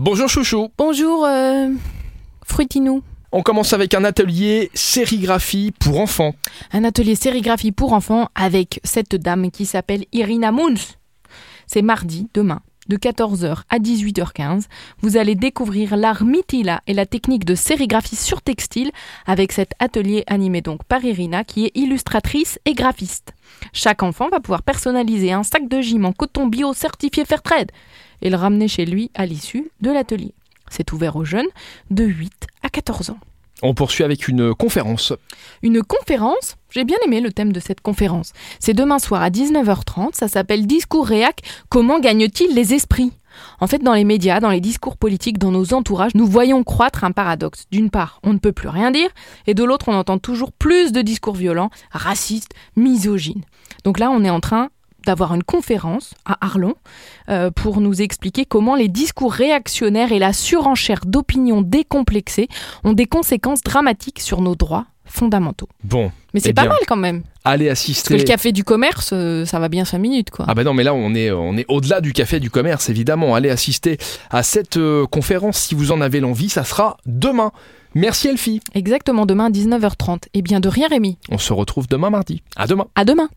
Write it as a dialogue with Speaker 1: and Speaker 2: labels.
Speaker 1: Bonjour chouchou.
Speaker 2: Bonjour, euh, Fruitinou.
Speaker 1: On commence avec un atelier sérigraphie pour enfants.
Speaker 2: Un atelier sérigraphie pour enfants avec cette dame qui s'appelle Irina Mouns. C'est mardi, demain, de 14h à 18h15. Vous allez découvrir l'art mitila et la technique de sérigraphie sur textile avec cet atelier animé donc par Irina qui est illustratrice et graphiste. Chaque enfant va pouvoir personnaliser un sac de gym en coton bio certifié Fairtrade et le ramener chez lui à l'issue de l'atelier. C'est ouvert aux jeunes de 8 à 14 ans.
Speaker 1: On poursuit avec une conférence.
Speaker 2: Une conférence, j'ai bien aimé le thème de cette conférence. C'est demain soir à 19h30, ça s'appelle Discours Réac, comment gagne-t-il les esprits En fait, dans les médias, dans les discours politiques, dans nos entourages, nous voyons croître un paradoxe. D'une part, on ne peut plus rien dire, et de l'autre, on entend toujours plus de discours violents, racistes, misogynes. Donc là, on est en train d'avoir une conférence à Arlon euh, pour nous expliquer comment les discours réactionnaires et la surenchère d'opinions décomplexées ont des conséquences dramatiques sur nos droits fondamentaux.
Speaker 1: Bon,
Speaker 2: Mais c'est
Speaker 1: Eh
Speaker 2: pas
Speaker 1: bien,
Speaker 2: mal quand même.
Speaker 1: allez
Speaker 2: Parce que le
Speaker 1: assister.
Speaker 2: café du commerce, euh, ça va bien 5 minutes quoi.
Speaker 1: Ah bah non, mais là on est, on est au-delà du café du commerce, évidemment. Allez assister à cette euh, conférence si vous en avez l'envie, ça sera demain. Merci Elfie.
Speaker 2: Exactement demain à 19h30. Eh bien de rien Rémi.
Speaker 1: On se retrouve demain mardi. À demain.
Speaker 2: À demain.